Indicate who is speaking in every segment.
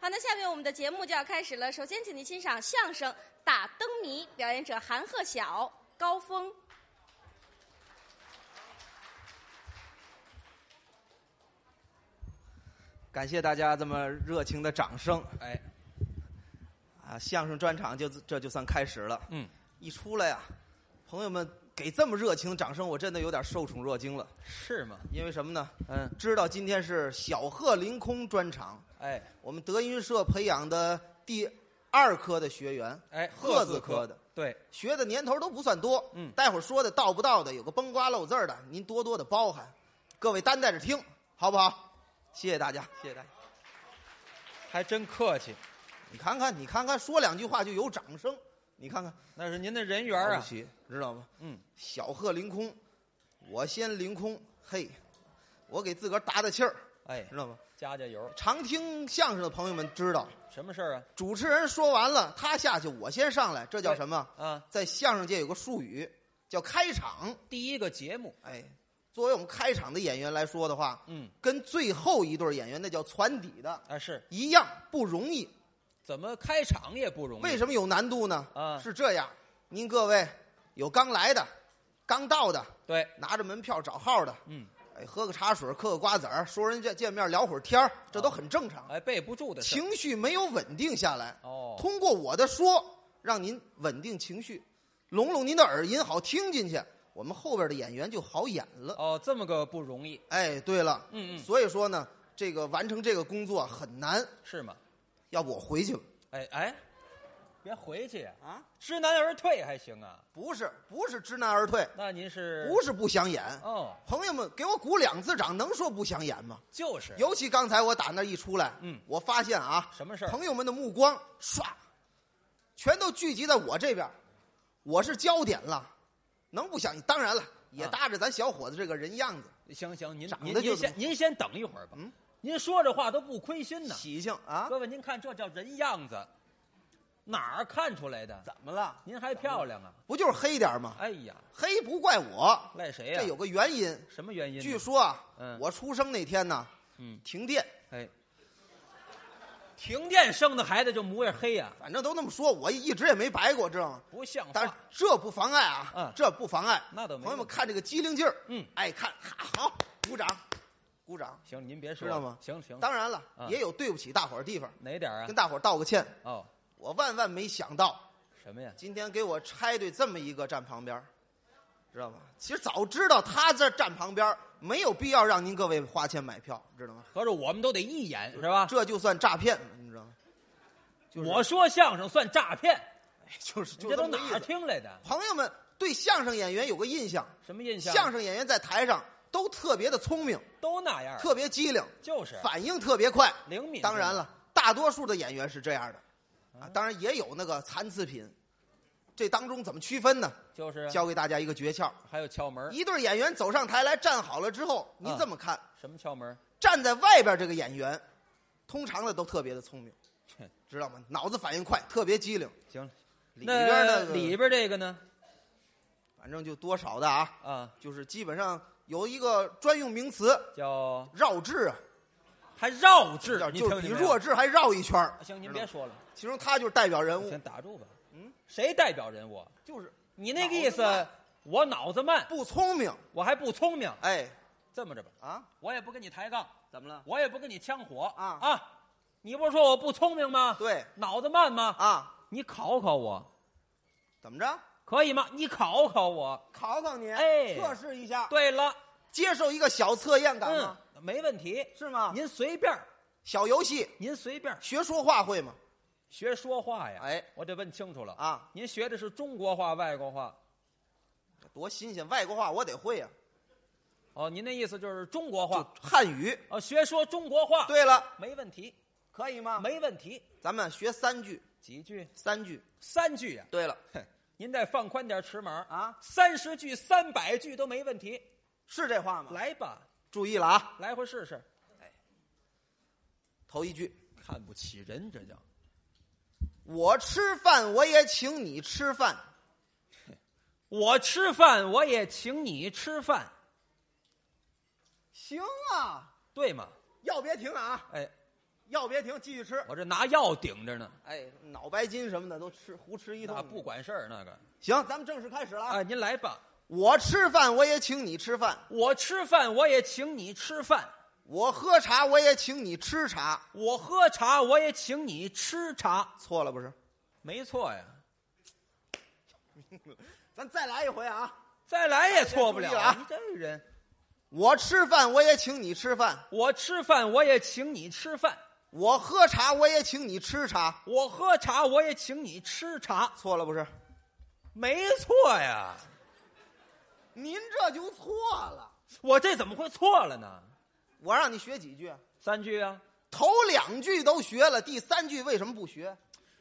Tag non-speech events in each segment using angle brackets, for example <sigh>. Speaker 1: 好，那下面我们的节目就要开始了。首先，请您欣赏相声《打灯谜》，表演者韩鹤晓、高峰。
Speaker 2: 感谢大家这么热情的掌声
Speaker 3: 哎，
Speaker 2: 啊！相声专场就这就算开始了。
Speaker 3: 嗯，
Speaker 2: 一出来呀、朋友们给这么热情的掌声，我真的有点受宠若惊了。
Speaker 3: 是吗？
Speaker 2: 因为什么呢？
Speaker 3: 嗯，
Speaker 2: 知道今天是小鹤凌空专场，
Speaker 3: 哎
Speaker 2: 我们德云社培养的第二科的学员，
Speaker 3: 哎，
Speaker 2: 鹤
Speaker 3: 字
Speaker 2: 字科的，
Speaker 3: 对，
Speaker 2: 学的年头都不算多。
Speaker 3: 嗯
Speaker 2: 待会儿说的到不到的，有个崩瓜漏字儿的，您多多的包涵，各位担待着听，好不好？谢谢大家，谢谢大家。
Speaker 3: 还真客气，
Speaker 2: 你看看，你看看，说两句话就有掌声，你看看。
Speaker 3: 那是您的人缘
Speaker 2: 了
Speaker 3: 啊
Speaker 2: 不。起，知道吗？
Speaker 3: 嗯，
Speaker 2: 小鹤凌空，我先凌空，嘿，我给自个儿打打气儿，
Speaker 3: 哎，
Speaker 2: 知道吗？
Speaker 3: 加加油，
Speaker 2: 常听相声的朋友们知道，
Speaker 3: 什么事儿啊？
Speaker 2: 主持人说完了，他下去，我先上来，这叫什么？
Speaker 3: 啊，
Speaker 2: 在相声界有个术语叫开场。
Speaker 3: 第一个节目，
Speaker 2: 哎，作为我们开场的演员来说的话，
Speaker 3: 嗯，
Speaker 2: 跟最后一对演员那叫攒底的
Speaker 3: 啊是，
Speaker 2: 一样不容易。
Speaker 3: 怎么开场也不容易。
Speaker 2: 为什么有难度呢？
Speaker 3: 嗯啊
Speaker 2: 是这样，您各位有刚来的、刚到的，
Speaker 3: 对，
Speaker 2: 拿着门票找号的，
Speaker 3: 嗯，
Speaker 2: 哎，喝个茶水，嗑个瓜子儿，说人家见面聊会儿天儿，这都很正常。
Speaker 3: 哎，备不住的事儿。
Speaker 2: 情绪没有稳定下来，
Speaker 3: 哦，
Speaker 2: 通过我的说，让您稳定情绪，拢拢您的耳音，好听进去，我们后边的演员就好演了。
Speaker 3: 哦，这么个不容易，
Speaker 2: 哎，对了，
Speaker 3: 嗯嗯
Speaker 2: 所以说呢，这个完成这个工作很难，
Speaker 3: 是吗？
Speaker 2: 要不我回去了
Speaker 3: 哎哎，别回去呀，
Speaker 2: 啊？
Speaker 3: 知难而退还行啊。
Speaker 2: 不是，不是知难而退，
Speaker 3: 那您是
Speaker 2: 不是不想演。
Speaker 3: 哦，
Speaker 2: 朋友们，给我鼓两次掌，能说不想演吗？
Speaker 3: 就是
Speaker 2: 尤其刚才我打那一出来，
Speaker 3: 嗯
Speaker 2: 我发现啊，
Speaker 3: 什么事儿
Speaker 2: 朋友们的目光唰，全都聚集在我这边，我是焦点了，能不想？当然了，也
Speaker 3: 啊
Speaker 2: 搭着咱小伙子这个人样子，
Speaker 3: 行行，您
Speaker 2: 长
Speaker 3: 您
Speaker 2: 得就
Speaker 3: 您先您先等一会儿吧。
Speaker 2: 嗯，
Speaker 3: 您说这话都不亏心呢。
Speaker 2: 喜庆啊，
Speaker 3: 各位，您看这叫人样子，哪儿看出来的？
Speaker 2: 怎么了？
Speaker 3: 您还漂亮啊！
Speaker 2: 不就是黑点儿吗？
Speaker 3: 哎呀，
Speaker 2: 黑不怪我，
Speaker 3: 赖谁哎呀、
Speaker 2: 这有个原因。
Speaker 3: 什么原因呢？
Speaker 2: 据说啊，
Speaker 3: 嗯
Speaker 2: 我出生那天呢，
Speaker 3: 嗯，
Speaker 2: 停电，
Speaker 3: 哎，停电生的孩子就模样黑呀、
Speaker 2: 反正都那么说，我一直也没白过，知道吗？
Speaker 3: 不像
Speaker 2: 但是
Speaker 3: 话。
Speaker 2: 这不妨碍啊，
Speaker 3: 嗯
Speaker 2: 这不妨碍。
Speaker 3: 那倒没
Speaker 2: 朋友们
Speaker 3: 问题
Speaker 2: 看这个机灵劲儿，
Speaker 3: 嗯
Speaker 2: 爱看，哈好，鼓掌，鼓掌。
Speaker 3: 行，您别说
Speaker 2: 知道吗
Speaker 3: 行行，
Speaker 2: 当然了，
Speaker 3: 啊
Speaker 2: 也有对不起大伙儿的地方，
Speaker 3: 哪点儿啊
Speaker 2: 跟？大伙儿道个歉。
Speaker 3: 哦，
Speaker 2: 我万万没想到，
Speaker 3: 什么呀？
Speaker 2: 今天给我拆队这么一个站旁边儿，知道吗？其实早知道他这站旁边儿，没有必要让您各位花钱买票，知道吗？
Speaker 3: 合着我们都得一眼是吧？
Speaker 2: 这就算诈骗，你知道吗？ <laughs> 就是
Speaker 3: 我说相声算诈骗，
Speaker 2: 哎就是就
Speaker 3: 这都
Speaker 2: 么
Speaker 3: 哪
Speaker 2: 个意
Speaker 3: 儿
Speaker 2: 思。
Speaker 3: 听来的？
Speaker 2: 朋友们对相声演员有个印象，
Speaker 3: 什么印象？
Speaker 2: 相声演员在台上都特别的聪明，
Speaker 3: 都那样儿，
Speaker 2: 特别机灵，
Speaker 3: 嗯就是
Speaker 2: 反应特别快。
Speaker 3: 灵敏。
Speaker 2: 当然，了，大多数的演员是这样的，啊，当然也有那个残次品，这当中怎么区分呢？
Speaker 3: 就是
Speaker 2: 教给大家一个诀窍：
Speaker 3: 还有窍门儿，
Speaker 2: 一对演员走上台来站好了之后，你
Speaker 3: 嗯
Speaker 2: 这么看，
Speaker 3: 什么窍门儿？
Speaker 2: 站在外边这个演员，通常的都特别的聪明
Speaker 3: 切，
Speaker 2: 知道吗？脑子反应快，特别机灵。
Speaker 3: 行，
Speaker 2: 里边
Speaker 3: 那
Speaker 2: 那个
Speaker 3: 里边这个呢？
Speaker 2: 反正就多少的啊，
Speaker 3: 啊，
Speaker 2: 就是基本上有一个专用名词
Speaker 3: 叫
Speaker 2: 绕智啊，
Speaker 3: 还绕智
Speaker 2: 叫，
Speaker 3: 你
Speaker 2: 就是
Speaker 3: 听
Speaker 2: 比
Speaker 3: 见没有
Speaker 2: 弱智还绕一圈儿
Speaker 3: 啊行，您
Speaker 2: 知道
Speaker 3: 别
Speaker 2: 吗
Speaker 3: 说了，
Speaker 2: 其中他就是代表人物
Speaker 3: 先，打住吧。嗯，谁代表人物？啊
Speaker 2: 就是
Speaker 3: 你那个意
Speaker 2: 脑子
Speaker 3: 思
Speaker 2: 慢，
Speaker 3: 我脑子慢，
Speaker 2: 不聪明，
Speaker 3: 我还不聪明。
Speaker 2: 哎
Speaker 3: 这么着吧，
Speaker 2: 啊。
Speaker 3: 我也不跟你抬杠，
Speaker 2: 怎么了？
Speaker 3: 我也不跟你呛火
Speaker 2: 啊
Speaker 3: 啊！你不是说我不聪明吗？
Speaker 2: 对
Speaker 3: 脑子慢吗？
Speaker 2: 啊，
Speaker 3: 你考考我，
Speaker 2: 怎么着？
Speaker 3: 可以吗？你考考我。
Speaker 2: 考考你，
Speaker 3: 哎
Speaker 2: 测试一下，
Speaker 3: 对了，
Speaker 2: 接受一个小测验，敢
Speaker 3: 嗯
Speaker 2: 吗？，啊
Speaker 3: 没问题。
Speaker 2: 是吗？
Speaker 3: 您随便儿，
Speaker 2: 小游戏，
Speaker 3: 您随便儿
Speaker 2: 学说话会吗？
Speaker 3: 学说话呀。
Speaker 2: 哎，
Speaker 3: 我得问清楚了
Speaker 2: 啊，
Speaker 3: 您学的是中国话、外国话？
Speaker 2: 多新鲜！外国话我得会呀、
Speaker 3: 哦，您的意思就是中国
Speaker 2: 就
Speaker 3: 话？
Speaker 2: 汉语。
Speaker 3: 哦，学说中国话，，
Speaker 2: 对了，
Speaker 3: 没问题，
Speaker 2: 可以吗？
Speaker 3: 没问题。
Speaker 2: 咱们学三句，
Speaker 3: 几句？
Speaker 2: 三句。
Speaker 3: 三句呀、
Speaker 2: 对了，
Speaker 3: 您再放宽点尺码儿
Speaker 2: 啊，
Speaker 3: 三十句、三百句都没问题。
Speaker 2: 是这话吗？，
Speaker 3: 来吧，
Speaker 2: 注意了啊！
Speaker 3: 来回试试。
Speaker 2: 头一句，
Speaker 3: 看不起人，这叫
Speaker 2: 我吃饭我也请你吃饭，
Speaker 3: 我吃饭我也请你吃饭，
Speaker 2: 行啊，
Speaker 3: 对吗？
Speaker 2: 要别停啊！
Speaker 3: 哎，
Speaker 2: 药别停，继续吃。
Speaker 3: 我这拿药顶着呢，
Speaker 2: 哎，脑白金什么的都吃，胡吃一
Speaker 3: 那
Speaker 2: 通。
Speaker 3: 不管事儿那个。
Speaker 2: 行，咱们正式开始了啊。
Speaker 3: 啊，您来吧，
Speaker 2: 我吃饭我也请你吃饭，
Speaker 3: 我吃饭我也请你吃饭，
Speaker 2: 我喝茶我也请你吃茶。
Speaker 3: 我喝茶我也请你吃茶，
Speaker 2: 错了不是？
Speaker 3: 没错呀。
Speaker 2: 咱再来一回啊！
Speaker 3: 再来也错不了
Speaker 2: 注意了啊
Speaker 3: 你这人，
Speaker 2: 我吃饭我也请你吃饭，
Speaker 3: 我吃饭我也请你吃饭，
Speaker 2: 我喝茶我也请你吃茶。
Speaker 3: 我喝茶我也请你吃茶，
Speaker 2: 错了不是？
Speaker 3: 没错呀。
Speaker 2: 您这就错了。
Speaker 3: 我这怎么会错了呢？
Speaker 2: 我让你学几句，
Speaker 3: 三句啊，
Speaker 2: 头两句都学了，第三句为什么不学？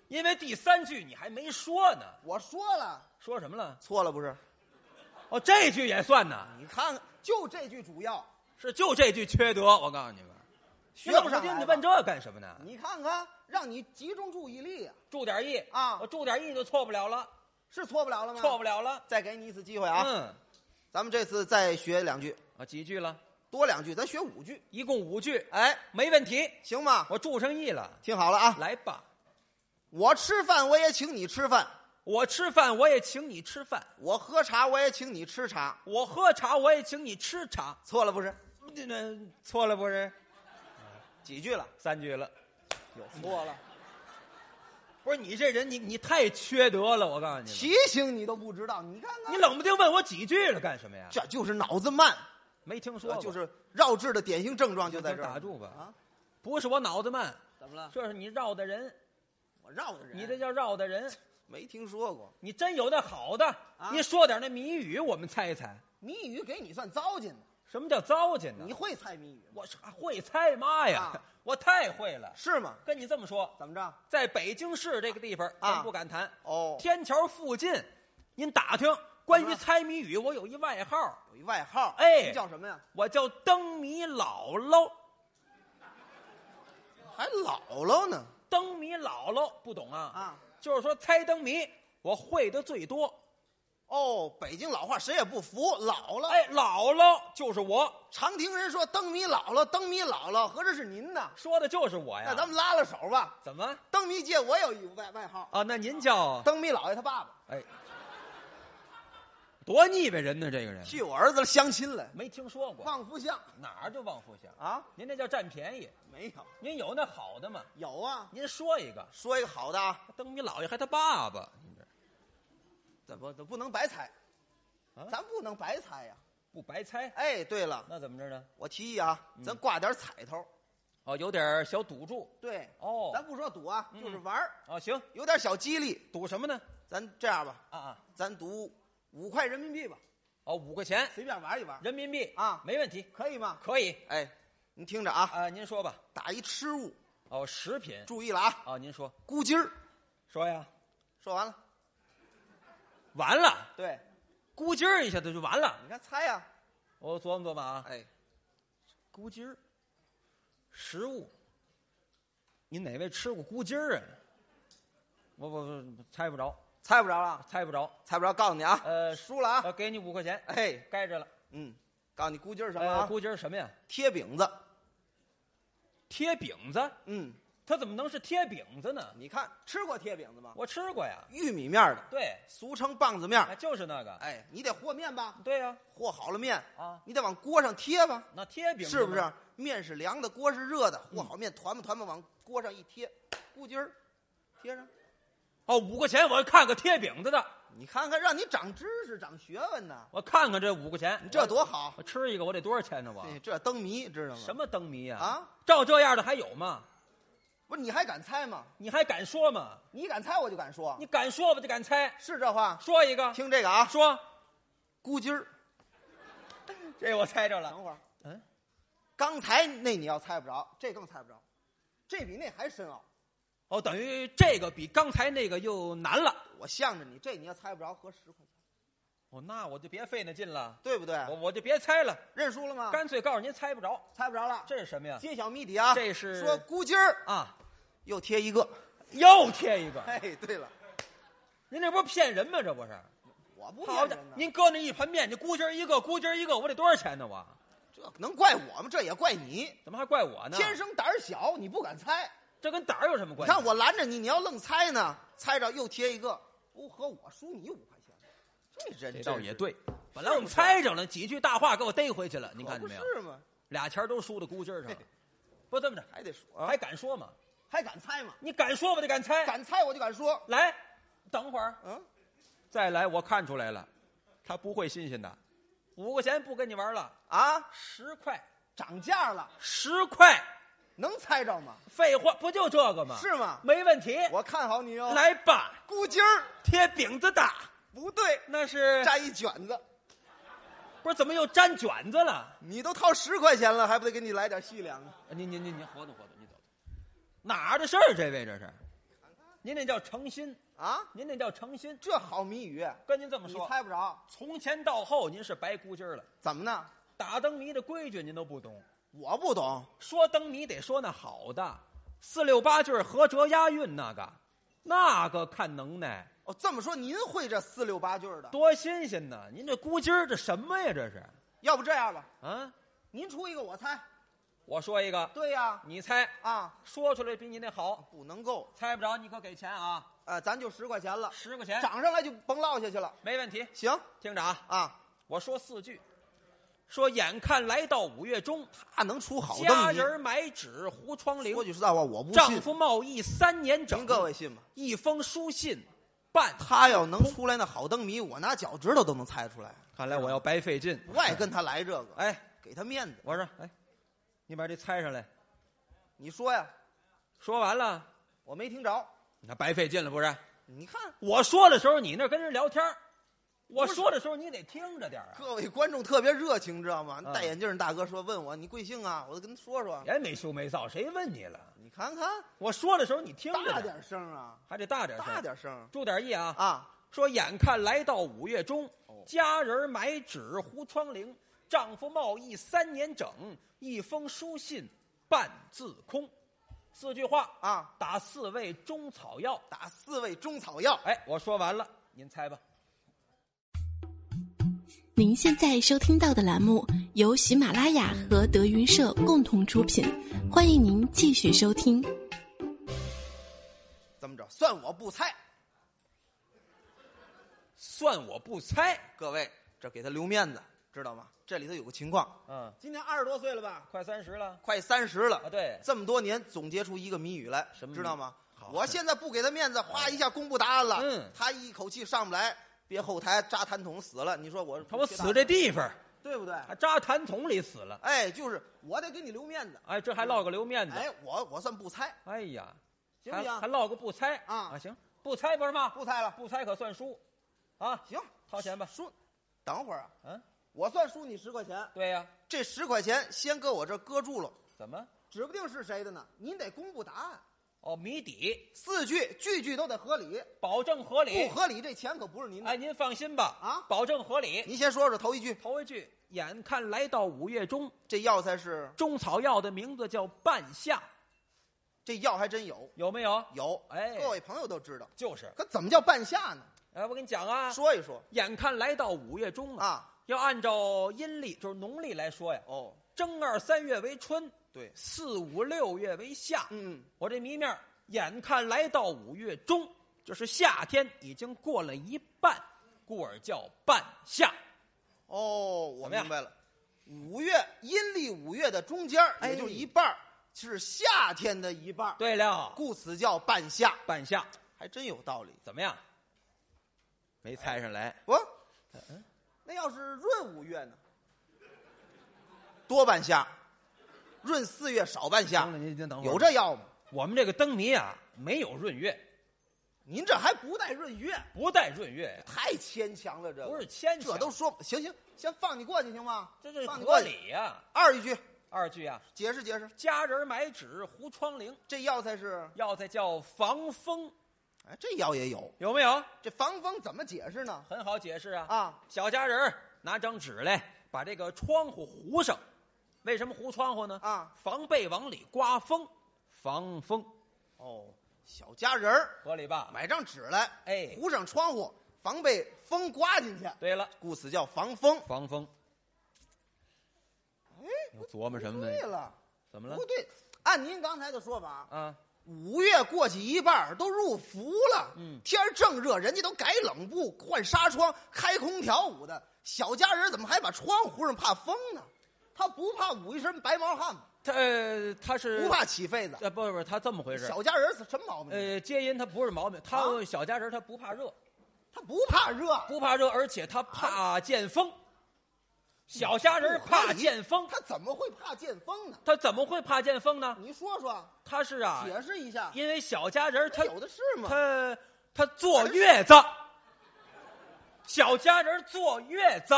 Speaker 3: 因为第三句你还没说呢，
Speaker 2: 我说了，
Speaker 3: 说什么了？
Speaker 2: 错了不是？
Speaker 3: 哦，这句也算呢，
Speaker 2: 你看看，就这句主要
Speaker 3: 是就这句缺德。我告诉你们，
Speaker 2: 学
Speaker 3: 你怎
Speaker 2: 不
Speaker 3: 么
Speaker 2: 上
Speaker 3: 进
Speaker 2: 来
Speaker 3: 去
Speaker 2: 吧
Speaker 3: 问这干什么呢？
Speaker 2: 你看看，让你集中注意力啊，
Speaker 3: 注点意
Speaker 2: 啊
Speaker 3: 我注点意就错不了了，
Speaker 2: 是错不了了吗？
Speaker 3: 错不
Speaker 2: 了。
Speaker 3: 了了。
Speaker 2: 再给你一次机会啊！
Speaker 3: 嗯，
Speaker 2: 咱们这次再学两句，
Speaker 3: 啊，几句了，
Speaker 2: 多两句，咱学五句，
Speaker 3: 一共五句，
Speaker 2: 哎，
Speaker 3: 没问题，
Speaker 2: 行吗？
Speaker 3: 我注上意了。
Speaker 2: 听好了啊！
Speaker 3: 来吧，
Speaker 2: 我吃饭我也请你吃饭，
Speaker 3: 我吃饭我也请你吃饭，
Speaker 2: 我喝茶我也请你吃茶。
Speaker 3: 我喝茶我也请你吃茶。
Speaker 2: 错了不是？
Speaker 3: 那错了不是？
Speaker 2: 几句了？
Speaker 3: 三句了。
Speaker 2: 有错了？
Speaker 3: 不是你这人，你你太缺德了！我告诉你们，
Speaker 2: 提醒你都不知道，你看看，
Speaker 3: 你冷不丁问我几句了干什么呀？
Speaker 2: 这就是脑子慢，
Speaker 3: 没听说
Speaker 2: 这
Speaker 3: 过，
Speaker 2: 就是绕智的典型症状，就在这儿。
Speaker 3: 打住吧！
Speaker 2: 啊！
Speaker 3: 不是我脑子慢，
Speaker 2: 怎么了？
Speaker 3: 这是你绕的人，
Speaker 2: 我绕的人，
Speaker 3: 你这叫绕的人。
Speaker 2: 没听说过？
Speaker 3: 你真有那好的，你说点那谜语，我们猜一猜。
Speaker 2: 谜语给你算糟践的，
Speaker 3: 什么叫糟践呢？
Speaker 2: 你会猜谜语
Speaker 3: 我是啊会猜，妈呀，
Speaker 2: 啊
Speaker 3: 我太会了！
Speaker 2: 是吗？
Speaker 3: 跟你这么说，
Speaker 2: 怎么着？
Speaker 3: 在北京市这个地方，
Speaker 2: 啊
Speaker 3: 咱不敢谈。
Speaker 2: 哦，
Speaker 3: 天桥附近，您打听关
Speaker 2: 怎么
Speaker 3: 于
Speaker 2: 了
Speaker 3: 猜谜语，我有一外号，
Speaker 2: 有一外号，
Speaker 3: 哎
Speaker 2: 您叫什么呀？
Speaker 3: 我叫灯谜姥姥。
Speaker 2: 还姥姥呢？
Speaker 3: 灯谜姥姥不懂啊？
Speaker 2: 啊，
Speaker 3: 就是说猜灯谜，我会的最多。
Speaker 2: 哦，北京老话谁也不服，姥姥。
Speaker 3: 哎，姥姥就是我，
Speaker 2: 常听人说灯谜姥姥，灯谜姥姥，合着是您呢？
Speaker 3: 说的就是我呀。
Speaker 2: 那咱们拉拉手吧。
Speaker 3: 怎么
Speaker 2: 灯谜界我有一外外号，
Speaker 3: 啊？那您叫
Speaker 2: 灯谜姥爷他爸爸
Speaker 3: 哎，多腻歪人呢？这个人
Speaker 2: 替我儿子相亲来，
Speaker 3: 没听说过，
Speaker 2: 望夫相
Speaker 3: 哪儿就旺福祥？
Speaker 2: 啊？
Speaker 3: 您那叫占便宜。
Speaker 2: 没有，
Speaker 3: 您有那好的吗？
Speaker 2: 有啊。
Speaker 3: 您说一个，
Speaker 2: 说一个好的啊，
Speaker 3: 灯谜姥爷还他爸爸，您这
Speaker 2: 怎么怎不能白猜
Speaker 3: 啊？
Speaker 2: 咱不能白猜呀、
Speaker 3: 不白猜？
Speaker 2: 哎，对了，
Speaker 3: 那怎么着呢？
Speaker 2: 我提议啊，咱挂点彩头。
Speaker 3: 哦，有点小赌注
Speaker 2: 对，
Speaker 3: 哦
Speaker 2: 咱不说赌啊，
Speaker 3: 嗯
Speaker 2: 就是玩儿，
Speaker 3: 啊、行，
Speaker 2: 有点小激励。
Speaker 3: 赌什么呢？
Speaker 2: 咱这样吧，
Speaker 3: 啊啊，
Speaker 2: 咱赌五块人民币吧，
Speaker 3: 哦，五块钱
Speaker 2: 随便玩一玩，
Speaker 3: 人民币
Speaker 2: 啊
Speaker 3: 没问题，
Speaker 2: 可以吗？
Speaker 3: 可以
Speaker 2: 哎，你听着啊，
Speaker 3: 啊。您说吧。
Speaker 2: 打一吃物，
Speaker 3: 哦，食品
Speaker 2: 注意了啊，
Speaker 3: 啊，您说
Speaker 2: 咕叽儿，
Speaker 3: 说呀。
Speaker 2: 说完了。
Speaker 3: 完了，
Speaker 2: 对，
Speaker 3: 咕叽儿一下子就完了。
Speaker 2: 你看猜
Speaker 3: 啊
Speaker 2: 呀、
Speaker 3: 我琢磨琢磨啊，
Speaker 2: 哎，
Speaker 3: 咕叽儿，食物。您哪位吃过咕叽儿啊？我我我猜不着，
Speaker 2: 猜不着了，
Speaker 3: 猜不着。
Speaker 2: 猜不着，告诉你啊，
Speaker 3: 呃
Speaker 2: 输了啊。
Speaker 3: 呃，给你五块钱，
Speaker 2: 哎，
Speaker 3: 该着了。
Speaker 2: 嗯，告诉你咕叽儿什么
Speaker 3: 呃，
Speaker 2: 啊？
Speaker 3: 咕叽儿什么呀？
Speaker 2: 贴饼子。
Speaker 3: 贴饼子，
Speaker 2: 嗯，
Speaker 3: 它怎么能是贴饼子呢？
Speaker 2: 你看吃过贴饼子吗？
Speaker 3: 我吃过呀，
Speaker 2: 玉米面儿的，
Speaker 3: 对，
Speaker 2: 俗称棒子面儿
Speaker 3: 啊，。就是那个，
Speaker 2: 哎，你得和面吧？
Speaker 3: 对呀，
Speaker 2: 和好了面
Speaker 3: 啊
Speaker 2: 你得往锅上贴吧？
Speaker 3: 那贴饼子嗯
Speaker 2: 是不啊
Speaker 3: 嘛
Speaker 2: 是？？面是凉的，锅是热的，和好面团吧团吧往锅上一贴，咕叽儿贴上。
Speaker 3: 哦，五块钱，我看看贴饼子的，
Speaker 2: 你看看，让你长知识、长学问呐，
Speaker 3: 我看看这五块钱
Speaker 2: 你，这多好！
Speaker 3: 我吃一个，我得多少钱呢？我
Speaker 2: 哎这灯谜知道吗？
Speaker 3: 什么灯谜呀？
Speaker 2: 啊？
Speaker 3: 照这样的还有吗？
Speaker 2: 不是你还敢猜吗？
Speaker 3: 你还敢说吗？
Speaker 2: 你敢猜我就敢说，
Speaker 3: 你敢说我就敢猜，
Speaker 2: 是这话？
Speaker 3: 说一个，
Speaker 2: 听这个啊，
Speaker 3: 说，
Speaker 2: 咕叽儿。
Speaker 3: 这我猜着了。
Speaker 2: 等会儿，
Speaker 3: 嗯，
Speaker 2: 刚才那你要猜不着，这更猜不着，这比那还深奥。
Speaker 3: 哦，等于这个比刚才那个又难了。
Speaker 2: 我向着你，这你要猜不着，合十块钱，
Speaker 3: 哦，那我就别费那劲了，
Speaker 2: 对不对？
Speaker 3: 我我就别猜了，
Speaker 2: 认输了吗？
Speaker 3: 干脆告诉您猜不着，
Speaker 2: 猜不着了。
Speaker 3: 这是什么呀？
Speaker 2: 揭晓谜底啊！
Speaker 3: 这是
Speaker 2: 说咕叽儿
Speaker 3: 啊，
Speaker 2: 又贴一
Speaker 3: <laughs>
Speaker 2: 个。
Speaker 3: 又贴一个，
Speaker 2: 哎，对了，
Speaker 3: 您这不是骗人吗？这不是？
Speaker 2: 我不
Speaker 3: 好
Speaker 2: 骗
Speaker 3: 家伙
Speaker 2: 人，呢。
Speaker 3: 您搁那一盆面，这咕叽儿一个，咕叽儿一个，我得多少钱呢？我
Speaker 2: 这能怪我吗？这也怪你，
Speaker 3: 怎么还怪我呢？
Speaker 2: 天生胆儿小，你不敢猜。
Speaker 3: 这跟胆儿有什么
Speaker 2: 你
Speaker 3: 关系？
Speaker 2: 看我拦着你，你要愣猜呢，猜着又贴一个，不和我输你五块钱，这人真
Speaker 3: 这倒
Speaker 2: 是
Speaker 3: 也对，本来我们猜着了，几句大话给我逮回去了，您
Speaker 2: 可 <laughs>
Speaker 3: 看
Speaker 2: 不
Speaker 3: 见没有？
Speaker 2: 是吗？
Speaker 3: 俩钱儿都输到估计儿上了。不这么着，
Speaker 2: 还得说，
Speaker 3: 还敢说吗？
Speaker 2: 还敢猜吗？
Speaker 3: 你敢说我就敢猜。
Speaker 2: 啊敢猜我就敢说，
Speaker 3: 来，等会儿
Speaker 2: 嗯，
Speaker 3: 再来，我看出来了，他不会新鲜的。五块钱不跟你玩了，
Speaker 2: 啊，
Speaker 3: 十块，
Speaker 2: 涨价了，
Speaker 3: 十块，
Speaker 2: 能猜着吗？
Speaker 3: 废话，不就这个吗？
Speaker 2: 是吗
Speaker 3: 没问题。
Speaker 2: 我看好你哦。，
Speaker 3: 啊来吧，
Speaker 2: 箍筋儿
Speaker 3: 贴饼子打，
Speaker 2: 不对，
Speaker 3: 那是
Speaker 2: 粘一卷子，
Speaker 3: 不是怎么又粘卷子了？
Speaker 2: 你都掏十块钱了，还不得给你来点细粮啊？
Speaker 3: 你你你你活动活动，你走走，哪儿的事儿？这位这是，您那叫诚心，
Speaker 2: 啊，
Speaker 3: 您那叫诚心。
Speaker 2: 这好谜语，
Speaker 3: 跟您这么
Speaker 2: 你
Speaker 3: 说，
Speaker 2: 猜不着，
Speaker 3: 从前到后您是白估筋儿了，
Speaker 2: 怎么呢？
Speaker 3: 打灯谜的规矩您都不懂。
Speaker 2: 我不懂，
Speaker 3: 说灯谜得说那好的，四六八句儿合辙押韵那个，那个看能耐，
Speaker 2: 哦，这么说您会这四六八句儿的，
Speaker 3: 多新鲜呐！您这估筋儿这什么呀？这是
Speaker 2: 要不这样吧，
Speaker 3: 啊？
Speaker 2: 您出一个我猜，
Speaker 3: 我说一个，
Speaker 2: 对呀、
Speaker 3: 你猜，
Speaker 2: 啊，
Speaker 3: 说出来比你那好，
Speaker 2: 不能够，
Speaker 3: 猜不着你可给钱啊，
Speaker 2: 呃，咱就十块钱了，
Speaker 3: 十块钱，
Speaker 2: 涨上来就甭落下去了，
Speaker 3: 没问题。
Speaker 2: 行
Speaker 3: 听着啊，
Speaker 2: 啊，
Speaker 3: 我说四句，说眼看来到五月中，
Speaker 2: 他能出好
Speaker 3: 家
Speaker 2: 灯谜？
Speaker 3: 人买纸糊窗棂
Speaker 2: 说，句实在话，我不
Speaker 3: 丈
Speaker 2: 信，
Speaker 3: 夫贸易三年整，
Speaker 2: 您各位信吗？
Speaker 3: 一封书信半他。
Speaker 2: 他要能出来那好灯谜，我拿脚趾头都能猜出来，
Speaker 3: 看来我要白费劲，
Speaker 2: 不爱跟他来这个，
Speaker 3: 哎，
Speaker 2: 给他面子。
Speaker 3: 我说，哎，你把这猜上来，
Speaker 2: 你说呀，
Speaker 3: 说完了，
Speaker 2: 我没听着，
Speaker 3: 你看白费劲了不是？
Speaker 2: 你看。
Speaker 3: 我说的时候你那跟人聊天儿我说的时候你得听着点儿啊，
Speaker 2: 各位观众特别热情，知道吗？
Speaker 3: 嗯
Speaker 2: 戴眼镜大哥说问我你贵姓啊，我就跟他说说。
Speaker 3: 别没羞没臊，谁问你了？
Speaker 2: 你看看，
Speaker 3: 我说的时候你听着
Speaker 2: 大
Speaker 3: 点儿，
Speaker 2: 点声啊，
Speaker 3: 还得大点儿声，
Speaker 2: 大点声
Speaker 3: 注点意啊。
Speaker 2: 啊！
Speaker 3: 说眼看来到五月中
Speaker 2: 哦，
Speaker 3: 家人买纸糊窗棂，丈夫贸易三年整，一封书信半字空，四句话
Speaker 2: 啊，
Speaker 3: 打四味中草药。
Speaker 2: 打四味中草药，
Speaker 3: 哎，我说完了，您猜吧。
Speaker 4: 您现在收听到的栏目由喜马拉雅和德云社共同出品，欢迎您继续收听。
Speaker 2: 怎么着？算我不猜，
Speaker 3: 算我不猜。
Speaker 2: 各位这给他留面子，知道吗？这里头有个情况，
Speaker 3: 嗯，
Speaker 2: 今年二十多岁了吧，
Speaker 3: 快三十了
Speaker 2: 快三十了
Speaker 3: 啊，对
Speaker 2: 这么多年总结出一个谜语来，
Speaker 3: 什么谜
Speaker 2: 知道吗
Speaker 3: 好？哎
Speaker 2: 我现在不给他面子，哗一下公布答案了，
Speaker 3: 嗯
Speaker 2: 他一口气上不来，别后台扎痰桶死了，你说我
Speaker 3: 他我死这地方，
Speaker 2: 对不对？
Speaker 3: 还扎痰桶里死了。
Speaker 2: 哎，就是我得给你留面子。
Speaker 3: 哎，这还落个留面子。
Speaker 2: 哎，我我算不猜，
Speaker 3: 哎呀，
Speaker 2: 行不
Speaker 3: 还还
Speaker 2: 行？
Speaker 3: 落个不猜
Speaker 2: 啊
Speaker 3: 行，不猜不是吗？
Speaker 2: 不猜了，
Speaker 3: 不猜可算输，啊，
Speaker 2: 行，
Speaker 3: 掏钱吧。
Speaker 2: 输，等会儿啊，
Speaker 3: 嗯，
Speaker 2: 我算输你十块钱，
Speaker 3: 对呀、
Speaker 2: 这十块钱先搁我这儿搁住了，
Speaker 3: 怎么？
Speaker 2: 指不定是谁的呢。您得公布答案，
Speaker 3: 哦，谜底，
Speaker 2: 四句句句都得合理，
Speaker 3: 保证合
Speaker 2: 不
Speaker 3: 理。
Speaker 2: 合理这钱可不是您的。
Speaker 3: 哎，您放心吧，
Speaker 2: 啊
Speaker 3: 保证合理。
Speaker 2: 您先说说头一句，
Speaker 3: 头一句，眼看来到五月中，
Speaker 2: 这药材是
Speaker 3: 中草药的名字叫半夏，
Speaker 2: 这药还真有
Speaker 3: 有没有？
Speaker 2: 有，
Speaker 3: 哎
Speaker 2: 各位朋友都知道，
Speaker 3: 就是，
Speaker 2: 可怎么叫半夏呢？
Speaker 3: 哎，我跟你讲啊，
Speaker 2: 说一说
Speaker 3: 眼看来到五月中了，
Speaker 2: 啊，
Speaker 3: 要按照阴历，就是农历来说呀，
Speaker 2: 哦，
Speaker 3: 正二三月为春，
Speaker 2: 对，
Speaker 3: 四五六月为夏。
Speaker 2: 嗯，
Speaker 3: 我这谜面儿眼看来到五月中，就是夏天已经过了一半，故而叫半夏。
Speaker 2: 哦，我
Speaker 3: 怎么样
Speaker 2: 明白了。五月阴历五月的中间儿，
Speaker 3: 哎
Speaker 2: 也就是一半儿，是夏天的一半儿，
Speaker 3: 对了，
Speaker 2: 故此叫半夏，
Speaker 3: 半夏
Speaker 2: 还真有道理。
Speaker 3: 怎么样？没猜上来，
Speaker 2: 不，
Speaker 3: 嗯
Speaker 2: 那要是闰五月呢？多半夏，闰四月少半夏
Speaker 3: 行，了，您您等会儿
Speaker 2: 有这药吗？
Speaker 3: 我们这个灯谜啊，没有闰月，
Speaker 2: 您这还不带闰月，
Speaker 3: 不带闰月呀，
Speaker 2: 太牵强了，这个
Speaker 3: 不是牵强，
Speaker 2: 这都说行行，先放你过去行吗？
Speaker 3: 这这
Speaker 2: 放你
Speaker 3: 合
Speaker 2: 过去。
Speaker 3: 理呀、
Speaker 2: 二一句
Speaker 3: 二句啊，
Speaker 2: 解释解释，
Speaker 3: 家人买纸糊窗棂，
Speaker 2: 这药材是
Speaker 3: 药材叫防风，
Speaker 2: 哎，这药也有，
Speaker 3: 有没有？
Speaker 2: 这防风怎么解释呢？
Speaker 3: 很好解释啊。
Speaker 2: 啊，
Speaker 3: 小家人儿拿张纸来，把这个窗户糊上。为什么糊窗户呢？
Speaker 2: 啊，
Speaker 3: 防备往里刮风，防风
Speaker 2: 哦，小家人儿
Speaker 3: 合理吧？
Speaker 2: 买张纸来，
Speaker 3: 哎
Speaker 2: 糊上窗户，防被风刮进去，
Speaker 3: 对了，
Speaker 2: 故此叫防风。
Speaker 3: 防风。
Speaker 2: 哎，
Speaker 3: 又琢磨什么
Speaker 2: 对
Speaker 3: 呢？
Speaker 2: 了，
Speaker 3: 怎么了
Speaker 2: 不？对，按您刚才的说法，
Speaker 3: 啊，
Speaker 2: 五月过去一半儿都入伏了，
Speaker 3: 嗯
Speaker 2: 天儿正热，人家都改冷布、换纱窗、开空调捂的，小家人怎么还把窗户上怕风呢？他不怕捂一身白毛汗吗？
Speaker 3: 他呃他是
Speaker 2: 不怕起痱子？
Speaker 3: 呃不不，他这么回事。
Speaker 2: 小家人是什么毛病？
Speaker 3: 呃，接音他不是毛病，他
Speaker 2: 啊
Speaker 3: 小家人他不怕热，
Speaker 2: 他不怕热，
Speaker 3: 不怕热，而且他怕见风。小家人怕见风，
Speaker 2: 他怎么会怕见风呢？
Speaker 3: 他怎么会怕见风呢？
Speaker 2: 你说说，
Speaker 3: 他是啊，
Speaker 2: 解释一下，
Speaker 3: 因为小家人他
Speaker 2: 有的是吗？
Speaker 3: 他他坐月子，小家人坐月子，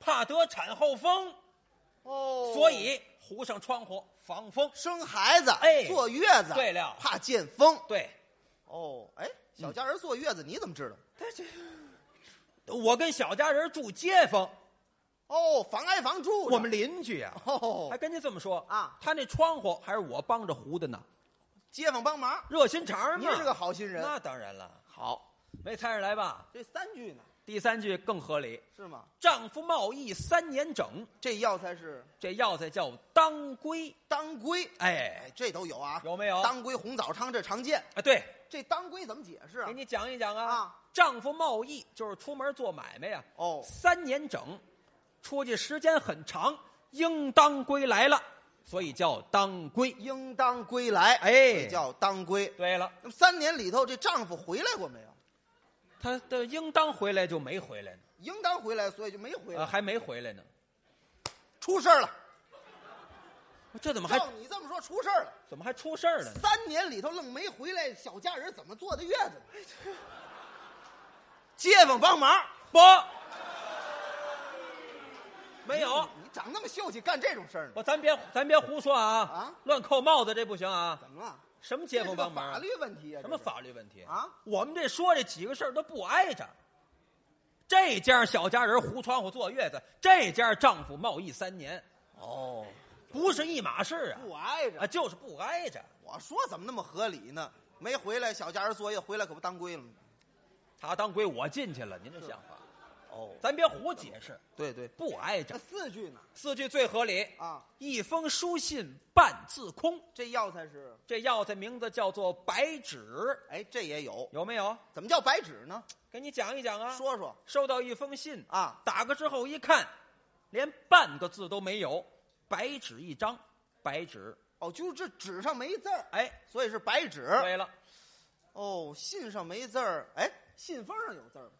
Speaker 3: 怕得产后风，
Speaker 2: 哦，
Speaker 3: 所以糊上窗户防风。
Speaker 2: 生孩子，
Speaker 3: 哎
Speaker 2: 坐月子，
Speaker 3: 对了
Speaker 2: 怕见风。
Speaker 3: 对，
Speaker 2: 哦，哎，小家人坐月子，你怎么知道？
Speaker 3: 他这我跟小家人住街坊，
Speaker 2: 哦，防挨防住着，
Speaker 3: 我们邻居啊，
Speaker 2: 哦
Speaker 3: 还，跟您这么说
Speaker 2: 啊
Speaker 3: 他那窗户还是我帮着糊的呢，
Speaker 2: 街坊帮忙，
Speaker 3: 热心肠嘛。
Speaker 2: 您是个好心人。
Speaker 3: 那当然了，
Speaker 2: 好，
Speaker 3: 没猜上来吧？
Speaker 2: 这三句呢，
Speaker 3: 第三句更合理，
Speaker 2: 是吗？
Speaker 3: 丈夫贸易三年整，
Speaker 2: 这药材是
Speaker 3: 这药材叫当归。
Speaker 2: 当归，
Speaker 3: 哎
Speaker 2: 哎，，这都有啊，
Speaker 3: 有没有？
Speaker 2: 当归红枣汤这常见。
Speaker 3: 啊，对，
Speaker 2: 这当归怎么解释啊
Speaker 3: 给？你讲一讲啊。
Speaker 2: 啊
Speaker 3: 丈夫贸易就是出门做买卖呀、
Speaker 2: 哦
Speaker 3: 三年整，出去时间很长，应当归来了，所以叫当归。
Speaker 2: 应当归来，
Speaker 3: 哎
Speaker 2: 这叫当归。
Speaker 3: 对了，
Speaker 2: 那么三年里头，这丈夫回来过没有？
Speaker 3: 他的应当回来就没回来呢，
Speaker 2: 应当回来，所以就没回
Speaker 3: 呃，
Speaker 2: 来。
Speaker 3: 还没回来呢。
Speaker 2: 出事儿了，
Speaker 3: 这怎么还
Speaker 2: 照哦你这么说，出事儿了。
Speaker 3: 怎么还出事儿了呢？
Speaker 2: 三年里头愣没回来，小家人怎么坐的月子呢？ <laughs> 街坊帮忙，
Speaker 3: 不，没有，
Speaker 2: 你长那么秀气，干这种事儿呢？
Speaker 3: 我咱别咱别胡说啊
Speaker 2: 啊
Speaker 3: 乱扣帽子这不行啊！
Speaker 2: 怎么了？
Speaker 3: 什么街坊帮忙
Speaker 2: 这是个
Speaker 3: 啊
Speaker 2: 法？律问题啊？
Speaker 3: 什么
Speaker 2: 这是？
Speaker 3: 法律问题
Speaker 2: 啊？
Speaker 3: 我们这说这几个事儿都不挨着。这家小家人糊窗户坐月子，这家丈夫贸易三年，
Speaker 2: 哦，
Speaker 3: 不是一码事啊！
Speaker 2: 不挨着
Speaker 3: 啊，。就是不挨着。
Speaker 2: 我哎说怎么那么合理呢？没回来，小家人作业回来可不当归了吗？
Speaker 3: 他当归我进去了，您这想法，
Speaker 2: 哦，
Speaker 3: 咱别胡解释，
Speaker 2: 对对，
Speaker 3: 不挨
Speaker 2: 这
Speaker 3: 着。
Speaker 2: 四句呢？
Speaker 3: 四句最合理
Speaker 2: 啊！
Speaker 3: 一封书信半自空，
Speaker 2: 这药材是，
Speaker 3: 这药材名字叫做白芷，
Speaker 2: 哎，这也有，
Speaker 3: 有没有？
Speaker 2: 怎么叫白纸呢？
Speaker 3: 给你讲一讲啊。
Speaker 2: 说说
Speaker 3: 收到一封信，
Speaker 2: 啊，
Speaker 3: 打开之后一看，连半个字都没有，白纸一张，白纸。
Speaker 2: 哦，就是这纸上没字儿，
Speaker 3: 哎，
Speaker 2: 所以是白纸。
Speaker 3: 对了，
Speaker 2: 哦，信上没字儿，哎，信封上有字儿吗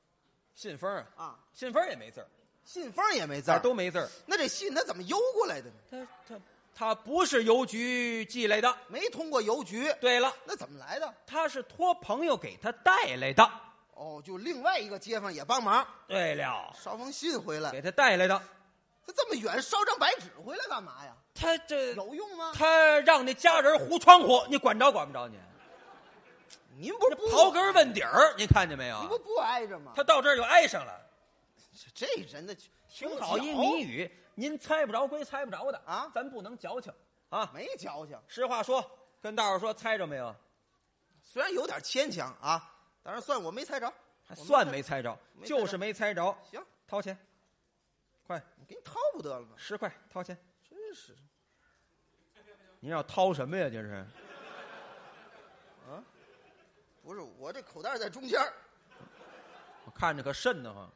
Speaker 3: 信封啊，
Speaker 2: 啊，
Speaker 3: 信封也没字儿，
Speaker 2: 信封也没字
Speaker 3: 哪
Speaker 2: 儿，
Speaker 3: 儿都没字儿。
Speaker 2: 那这信它怎么邮过来的呢？
Speaker 3: 他他他不是邮局寄来的。
Speaker 2: 没通过邮局，
Speaker 3: 对了，
Speaker 2: 那怎么来的？
Speaker 3: 他是托朋友给他带来的。
Speaker 2: 哦，就另外一个街坊也帮忙
Speaker 3: 对了，
Speaker 2: 捎封信回来
Speaker 3: 给，他带来的。
Speaker 2: 他这么远捎张白纸回来干嘛呀？
Speaker 3: 他这
Speaker 2: 有用吗？
Speaker 3: 他让那家人糊窗户，你管着管不着你？
Speaker 2: 您不是不
Speaker 3: 刨根问底儿，您看见没
Speaker 2: 您不
Speaker 3: 有？
Speaker 2: 不挨着吗？
Speaker 3: 他到这儿就挨上了。
Speaker 2: 这人的挺
Speaker 3: 听好一谜语，您猜不着归猜不着的
Speaker 2: 啊
Speaker 3: 咱不能矫情啊。
Speaker 2: 没矫情，
Speaker 3: 实话说，跟大伙儿说，猜着没有？
Speaker 2: 虽然有点牵强啊，当然算我没猜着，
Speaker 3: 还算没猜着，
Speaker 2: 没猜着
Speaker 3: 就是没猜着。
Speaker 2: 行，
Speaker 3: 掏钱，快
Speaker 2: 我给你掏不得了吗？
Speaker 3: 十块，掏钱。
Speaker 2: 真是，
Speaker 3: 您要掏什么呀？这是
Speaker 2: 不是我这口袋在中间儿
Speaker 3: 我看着可瘆得慌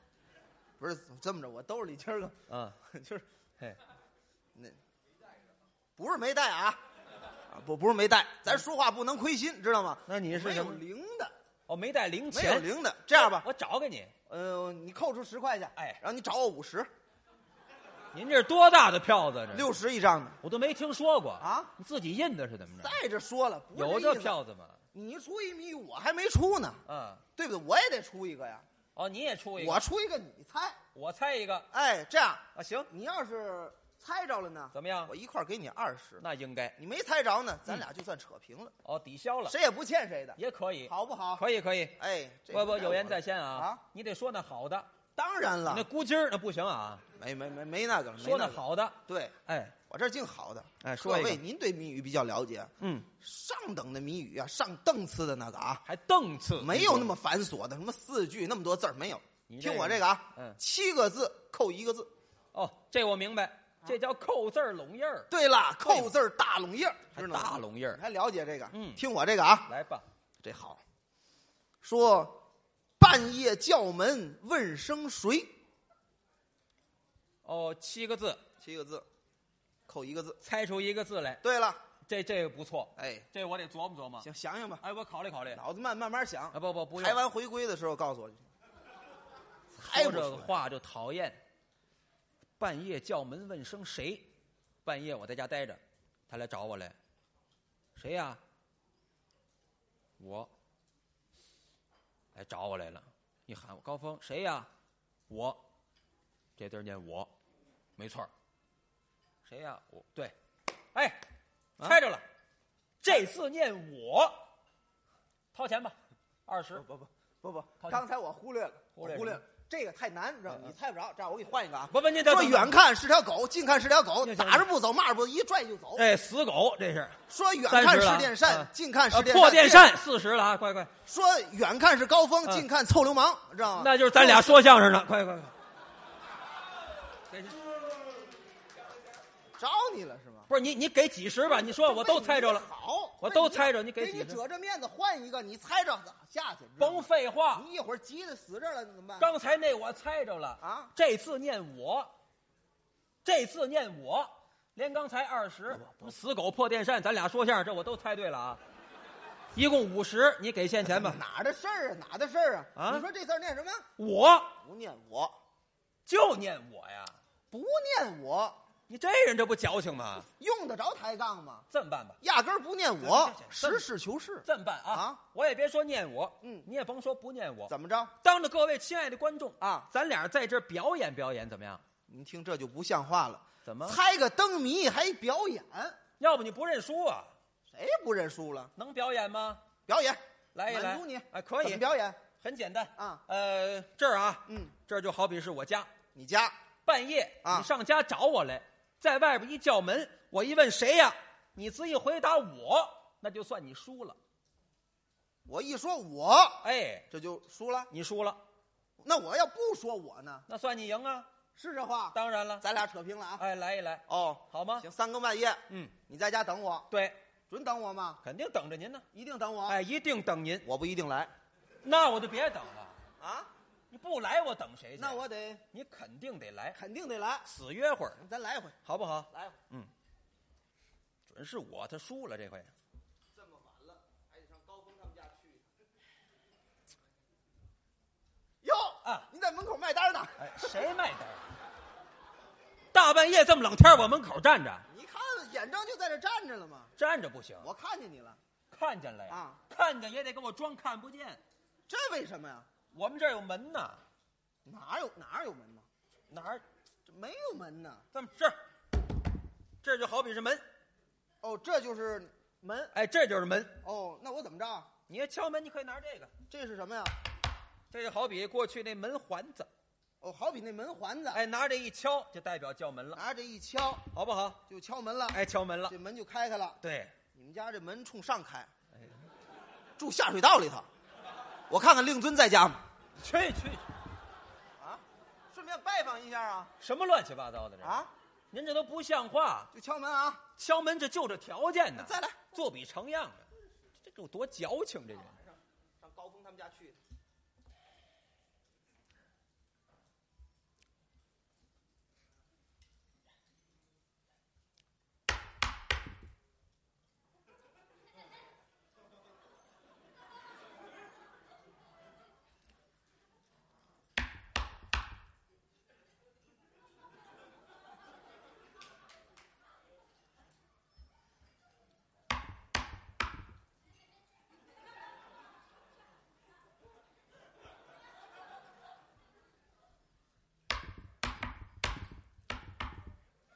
Speaker 2: 不是这么着，我兜里今儿个 <laughs>
Speaker 3: 啊！
Speaker 2: 就是
Speaker 3: 嘿，
Speaker 2: 那不是没带啊，啊不不是没带，咱说话不能亏心，知道吗？
Speaker 3: 那嗯你是
Speaker 2: 没
Speaker 3: 什
Speaker 2: 有
Speaker 3: 么？
Speaker 2: 零的，
Speaker 3: 哦，没带零
Speaker 2: 没有
Speaker 3: 钱。
Speaker 2: 零的。这样吧，
Speaker 3: 我找给你。
Speaker 2: 呃，你扣除十块去，
Speaker 3: 哎
Speaker 2: 然后你找我五十，
Speaker 3: 您这是多大的票子？这是
Speaker 2: 六十一张的。
Speaker 3: 我都没听说过
Speaker 2: 啊！
Speaker 3: 你自己印的是怎么着？
Speaker 2: 再者说了，不是
Speaker 3: 有
Speaker 2: 这
Speaker 3: 这
Speaker 2: 意思，
Speaker 3: 票子吗？
Speaker 2: 你出一谜，我还没出呢，
Speaker 3: 啊，
Speaker 2: 对不对？我也得出一个呀，
Speaker 3: 哦，你也出一个，
Speaker 2: 我出一个，你猜。
Speaker 3: 我猜一个
Speaker 2: 哎，这样，
Speaker 3: 啊，行，
Speaker 2: 你要是猜着了呢，
Speaker 3: 怎么样
Speaker 2: 我？一块儿给你二十。
Speaker 3: 那应该
Speaker 2: 你没猜着呢，咱俩就算扯平了，
Speaker 3: 哦，抵消了，
Speaker 2: 谁也不欠谁的，
Speaker 3: 嗯也可以，
Speaker 2: 好不好？
Speaker 3: 可以可以，
Speaker 2: 哎，这
Speaker 3: 不不，
Speaker 2: 该
Speaker 3: 有
Speaker 2: 我
Speaker 3: 言
Speaker 2: 了
Speaker 3: 在先啊，
Speaker 2: 啊，
Speaker 3: 你得说那好的，
Speaker 2: 当然
Speaker 3: 你
Speaker 2: 了
Speaker 3: 那，估今儿那不行啊，
Speaker 2: 没没没没那个了，没
Speaker 3: 说
Speaker 2: 那
Speaker 3: 那
Speaker 2: 个了，
Speaker 3: 好的，
Speaker 2: 对
Speaker 3: 哎，
Speaker 2: 我这儿净好的。
Speaker 3: 哎说一
Speaker 2: 各
Speaker 3: 个
Speaker 2: 位，您对谜语比较了解，
Speaker 3: 嗯，
Speaker 2: 上等的谜语啊，上档次的那个啊，
Speaker 3: 还档次，
Speaker 2: 没有那么繁琐的，什么四句那么多字儿没有
Speaker 3: 你。这
Speaker 2: 听我
Speaker 3: 个
Speaker 2: 这个啊，
Speaker 3: 嗯
Speaker 2: 七个字扣一个字，
Speaker 3: 哦，这我明白，
Speaker 2: 啊
Speaker 3: 这叫扣字儿拢印儿，
Speaker 2: 对了，扣字儿大拢印儿，知道吗？
Speaker 3: 哎大拢印儿
Speaker 2: 你。还了解这个？
Speaker 3: 嗯
Speaker 2: 听我这个啊，
Speaker 3: 来吧，
Speaker 2: 这好。说半夜叫门问声谁，
Speaker 3: 哦，七个字，
Speaker 2: 七个字，扣一个字。
Speaker 3: 猜出一个字来，
Speaker 2: 对了，
Speaker 3: 这这个不错，
Speaker 2: 哎，
Speaker 3: 这我得琢磨琢磨。
Speaker 2: 行，想想吧，
Speaker 3: 哎，我考虑考虑。
Speaker 2: 脑子慢慢慢想
Speaker 3: 啊，。不不不用，
Speaker 2: 台湾回归的时候告诉我，猜
Speaker 3: 说
Speaker 2: 不
Speaker 3: 这个
Speaker 2: 出来。
Speaker 3: 话就讨厌。半夜叫门问声谁？半夜我在家待着，他来找我来。谁呀、我。来找我来了，一喊我高峰，谁呀？我。这字儿念我，没错儿谁呀？我对，哎，
Speaker 2: 啊
Speaker 3: 猜着了，这字念我。掏钱吧，二十。
Speaker 2: 不不不不
Speaker 3: 靠
Speaker 2: 不，
Speaker 3: 近
Speaker 2: 刚才我忽略了，
Speaker 3: 忽
Speaker 2: 我
Speaker 3: 略
Speaker 2: 忽略
Speaker 3: 什
Speaker 2: 了，这个太难，你知道吗？
Speaker 3: 嗯
Speaker 2: 你猜不着。这样，我给你换一个啊。
Speaker 3: 不不，你这
Speaker 2: 说远看是条狗，近看是条狗，
Speaker 3: 行行
Speaker 2: 打着不走，骂着不走，一拽就走。
Speaker 3: 哎，死狗这是。
Speaker 2: 说远
Speaker 3: 三
Speaker 2: 看
Speaker 3: 十了
Speaker 2: 是
Speaker 3: 啊
Speaker 2: 电扇
Speaker 3: 啊，
Speaker 2: 近看是
Speaker 3: 啊
Speaker 2: 电
Speaker 3: 破电
Speaker 2: 电
Speaker 3: 扇四十了啊！快快，
Speaker 2: 说远看是高峰，
Speaker 3: 嗯
Speaker 2: 近看臭流氓，知道吗？哦
Speaker 3: 那就是咱俩说相声呢！快快快！
Speaker 2: 找你了是吗？
Speaker 3: 不是你，你给几十吧？你说我都猜着了，
Speaker 2: 好，
Speaker 3: 我都猜着
Speaker 2: 你
Speaker 3: 你给
Speaker 2: 你
Speaker 3: 几十
Speaker 2: 褶着面子换一个，你猜着下去，知道
Speaker 3: 甭
Speaker 2: 吗
Speaker 3: 废话。
Speaker 2: 你一会儿急得死这儿了怎么办？
Speaker 3: 刚才那我猜着了
Speaker 2: 啊
Speaker 3: 这字念我，这字念我，连刚才二十，死狗破电扇，咱俩说相声，这我都猜对了啊！一共五十，你给现钱吧。
Speaker 2: 哪儿的事儿啊？哪儿的事儿啊？
Speaker 3: 啊
Speaker 2: 你说这字儿念什么？
Speaker 3: 我
Speaker 2: 不念我，
Speaker 3: 就念我呀！
Speaker 2: 不念我，
Speaker 3: 你这人这不矫情吗？
Speaker 2: 用得着抬杠吗？
Speaker 3: 这么办吧，
Speaker 2: 压根儿不念我
Speaker 3: 行行，行
Speaker 2: 实事求是。
Speaker 3: 这么办啊！
Speaker 2: 啊
Speaker 3: 我也别说念我，
Speaker 2: 嗯
Speaker 3: 你也甭说不念我，
Speaker 2: 怎么着
Speaker 3: 当着各位亲爱的观众，
Speaker 2: 啊？
Speaker 3: 咱俩在这儿表演表演怎么样？
Speaker 2: 你听这就不像话了，
Speaker 3: 怎么
Speaker 2: 猜个灯谜还表演？
Speaker 3: 要不你不认输啊？
Speaker 2: 谁不认输了？
Speaker 3: 能表演吗？
Speaker 2: 表演，
Speaker 3: 来一来，
Speaker 2: 满足你
Speaker 3: 啊，可
Speaker 2: 怎
Speaker 3: 以
Speaker 2: 么，表演？
Speaker 3: 很简单
Speaker 2: 啊。
Speaker 3: 呃，这儿啊，
Speaker 2: 嗯，
Speaker 3: 这儿就好比是我家，
Speaker 2: 你家
Speaker 3: 半夜
Speaker 2: 啊
Speaker 3: 你上家找我来，在外边一叫门，我一问谁呀，你执意回答我，那就算你输了。
Speaker 2: 我一说我，
Speaker 3: 哎，
Speaker 2: 这就输了。
Speaker 3: 你输了，
Speaker 2: 那我要不说我呢？
Speaker 3: 那算你赢啊。
Speaker 2: 是这话？
Speaker 3: 当然了，
Speaker 2: 咱俩扯平了啊！
Speaker 3: 哎，来一来，
Speaker 2: 哦，
Speaker 3: 好吗？
Speaker 2: 行，三更半夜，
Speaker 3: 嗯，
Speaker 2: 你在家等我，
Speaker 3: 对，
Speaker 2: 准等我吗？
Speaker 3: 肯定等着您呢。
Speaker 2: 一定等我。
Speaker 3: 哎，一定等您，
Speaker 2: 我不一定来
Speaker 3: 那我就别等了。
Speaker 2: 啊，
Speaker 3: 你不来我等谁去？啊
Speaker 2: 那我得
Speaker 3: 你肯定得来，
Speaker 2: 肯定得来，
Speaker 3: 死约会儿，
Speaker 2: 咱来一回，
Speaker 3: 好不好？嗯
Speaker 2: 来一回。
Speaker 3: 准是我，他输了这回。啊
Speaker 2: 这么晚了，还得上高峰他们家去。哟
Speaker 3: 啊
Speaker 2: 你在门口卖单呢？
Speaker 3: 哎，谁卖单儿？大半夜这么冷天儿往门口站着，
Speaker 2: 你看眼睁就在这站着了吗？
Speaker 3: 站着不行，
Speaker 2: 我看见你了，
Speaker 3: 看见了呀，
Speaker 2: 啊
Speaker 3: 看见也得给我装看不见。
Speaker 2: 这为什么呀？
Speaker 3: 我们这儿有门呢，
Speaker 2: 哪有哪有门呢？
Speaker 3: 哪儿？
Speaker 2: 这没有门呢。
Speaker 3: 这么这儿，这儿就好比是门，
Speaker 2: 哦，这就是门。
Speaker 3: 哎，这就是门。
Speaker 2: 哦，那我怎么着？
Speaker 3: 你要敲门，你可以拿这个，
Speaker 2: 这是什么呀？
Speaker 3: 这就好比过去那门环子，
Speaker 2: 哦，好比那门环子，
Speaker 3: 哎，拿这一敲就代表叫门了，
Speaker 2: 拿着一敲
Speaker 3: 好不好？
Speaker 2: 就敲门了，
Speaker 3: 哎，敲门了
Speaker 2: 这，门就开开了。
Speaker 3: 对，
Speaker 2: 你们家这门冲上开，住下水道里头。我看看令尊在家吗？
Speaker 3: 去去，去
Speaker 2: 啊，顺便拜访一下啊
Speaker 3: 什么乱七八糟的这？
Speaker 2: 啊，
Speaker 3: 您这都不像话，
Speaker 2: 就敲门啊！
Speaker 3: 敲门这就这条件呢，
Speaker 2: 再来
Speaker 3: 作比成样的，这这有多矫情这人。
Speaker 2: 上高峰他们家去。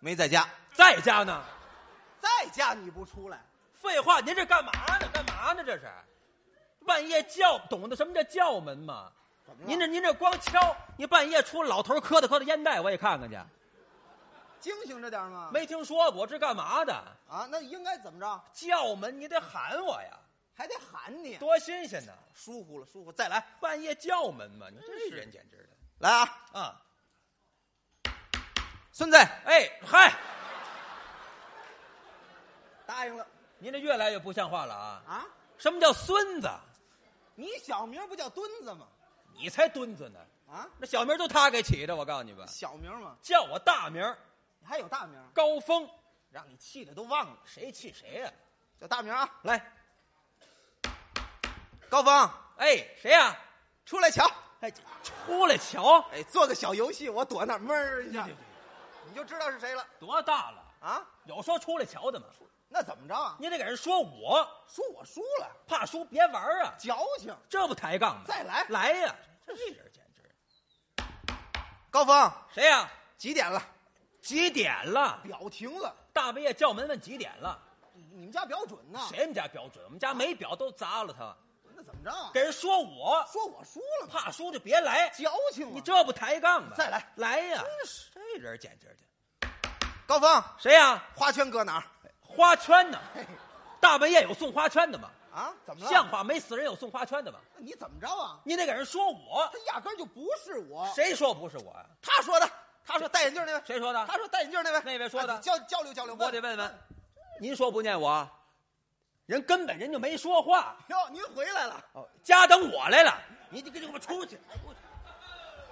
Speaker 2: 没在家，
Speaker 3: 在家呢？
Speaker 2: 在家你不出来，
Speaker 3: 废话，您这干嘛呢？干嘛呢？这是，半夜叫，懂得什么叫叫门吗？
Speaker 2: 怎么了？
Speaker 3: 您这您这光敲，你半夜出老头磕的磕的烟袋，我也看看去，
Speaker 2: 嗯惊醒着点吗？
Speaker 3: 没听说过，这干嘛的？
Speaker 2: 啊，那应该怎么着？
Speaker 3: 叫门你得喊我呀，
Speaker 2: 还得喊你。
Speaker 3: 多新鲜呐！
Speaker 2: 疏忽了，疏忽，再来，啊
Speaker 3: 半夜叫门嘛，你这人简直的
Speaker 2: 来啊！
Speaker 3: 啊！孙子，哎嗨，
Speaker 2: 答应了
Speaker 3: 您这越来越不像话了啊！
Speaker 2: 啊？
Speaker 3: 什么叫孙子？
Speaker 2: 你小名不叫墩子吗？
Speaker 3: 你才墩子呢！
Speaker 2: 啊，
Speaker 3: 那小名都他给起的，我告诉你吧，
Speaker 2: 小名吗？
Speaker 3: 叫我大名儿
Speaker 2: 你还有大名？
Speaker 3: 高峰，
Speaker 2: 让你气的都忘了，
Speaker 3: 谁气谁呀、
Speaker 2: 叫大名啊！
Speaker 3: 来，
Speaker 2: 高峰，
Speaker 3: 哎，谁呀、
Speaker 2: 出来瞧。
Speaker 3: 哎，出来瞧，
Speaker 2: 哎，做个小游戏，我躲那儿闷儿一下，你就知道是谁了
Speaker 3: 多大了？
Speaker 2: 啊？
Speaker 3: 有说出来瞧的吗？
Speaker 2: 那怎么着啊？
Speaker 3: 你得给人说我
Speaker 2: 输我输了，
Speaker 3: 怕输，别玩儿啊！
Speaker 2: 矫情。
Speaker 3: 这不抬杠吗？
Speaker 2: 再来
Speaker 3: 来呀、这这人简直
Speaker 2: 高峰，
Speaker 3: 谁呀、
Speaker 2: 几点了？
Speaker 3: 几点了？
Speaker 2: 表停了，
Speaker 3: 大半夜叫门问几点了？
Speaker 2: 你你们家表准呢？？
Speaker 3: 谁们家表准？我们家没表，都砸了他。
Speaker 2: 那怎么着啊？
Speaker 3: 给人说我
Speaker 2: 说我输了吗？
Speaker 3: 怕输就别来，
Speaker 2: 矫情啊
Speaker 3: 你这不抬杠吗？
Speaker 2: 再来
Speaker 3: 来呀！这人简直的，
Speaker 2: 高峰，
Speaker 3: 谁呀？
Speaker 2: 花圈搁哪儿？
Speaker 3: 花圈呢？大半夜有送花圈的吗？
Speaker 2: 啊？怎么了？
Speaker 3: 像话没死人有送花圈的吗？
Speaker 2: 你怎么着啊？
Speaker 3: 你得给人说我
Speaker 2: 他，压根儿就不是我。
Speaker 3: 谁说不是我呀？
Speaker 2: 他说的，他说戴眼镜那位，
Speaker 3: 谁说的
Speaker 2: 他嗯说戴眼镜那位，
Speaker 3: 那位说的
Speaker 2: 啊你交交流交流，
Speaker 3: 我得问问，您说不念我，人根本人就没说话，
Speaker 2: 哟，您回来了，
Speaker 3: 哦，家等我来了，
Speaker 2: 你你给我出去，出去
Speaker 3: <laughs>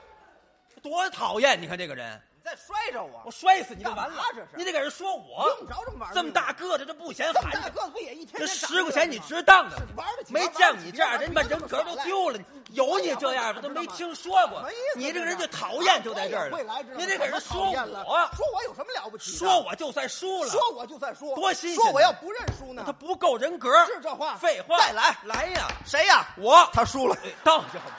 Speaker 3: 多讨厌！你看这个人，
Speaker 2: 你再摔着我
Speaker 3: 我，摔死你就完
Speaker 2: 干
Speaker 3: 了
Speaker 2: 嘛这是，
Speaker 3: 你得给人说我，
Speaker 2: 用不着这么玩儿
Speaker 3: 这么大个子这不嫌
Speaker 2: 这么
Speaker 3: 寒
Speaker 2: 大
Speaker 3: 碜。
Speaker 2: 个子不也一天
Speaker 3: 这
Speaker 2: 天长
Speaker 3: 十块
Speaker 2: 个吗
Speaker 3: 钱你值当的
Speaker 2: 是玩得，起
Speaker 3: 没
Speaker 2: 玩不
Speaker 3: 见
Speaker 2: 起
Speaker 3: 你
Speaker 2: 别
Speaker 3: 这样
Speaker 2: 玩
Speaker 3: 人，
Speaker 2: 别
Speaker 3: 把
Speaker 2: 这
Speaker 3: 人
Speaker 2: 么
Speaker 3: 格
Speaker 2: 耍
Speaker 3: 都
Speaker 2: 赖
Speaker 3: 丢了。有你这样的都没听说过
Speaker 2: 没意，思
Speaker 3: 你这个人就
Speaker 2: 这
Speaker 3: 讨厌就在这儿
Speaker 2: 哎我也会来知道吗
Speaker 3: 你得给人说
Speaker 2: 讨厌了
Speaker 3: 我，啊
Speaker 2: 说我有什么了不起的？
Speaker 3: 说我就算输了，
Speaker 2: 说我就算说，
Speaker 3: 多新鲜
Speaker 2: 说我
Speaker 3: 呢
Speaker 2: 要不认输呢？
Speaker 3: 他不够人格，
Speaker 2: 是这话
Speaker 3: 废话，
Speaker 2: 再来
Speaker 3: 来呀！
Speaker 2: 谁呀？
Speaker 3: 我
Speaker 2: 他输了。
Speaker 3: 哎到就好。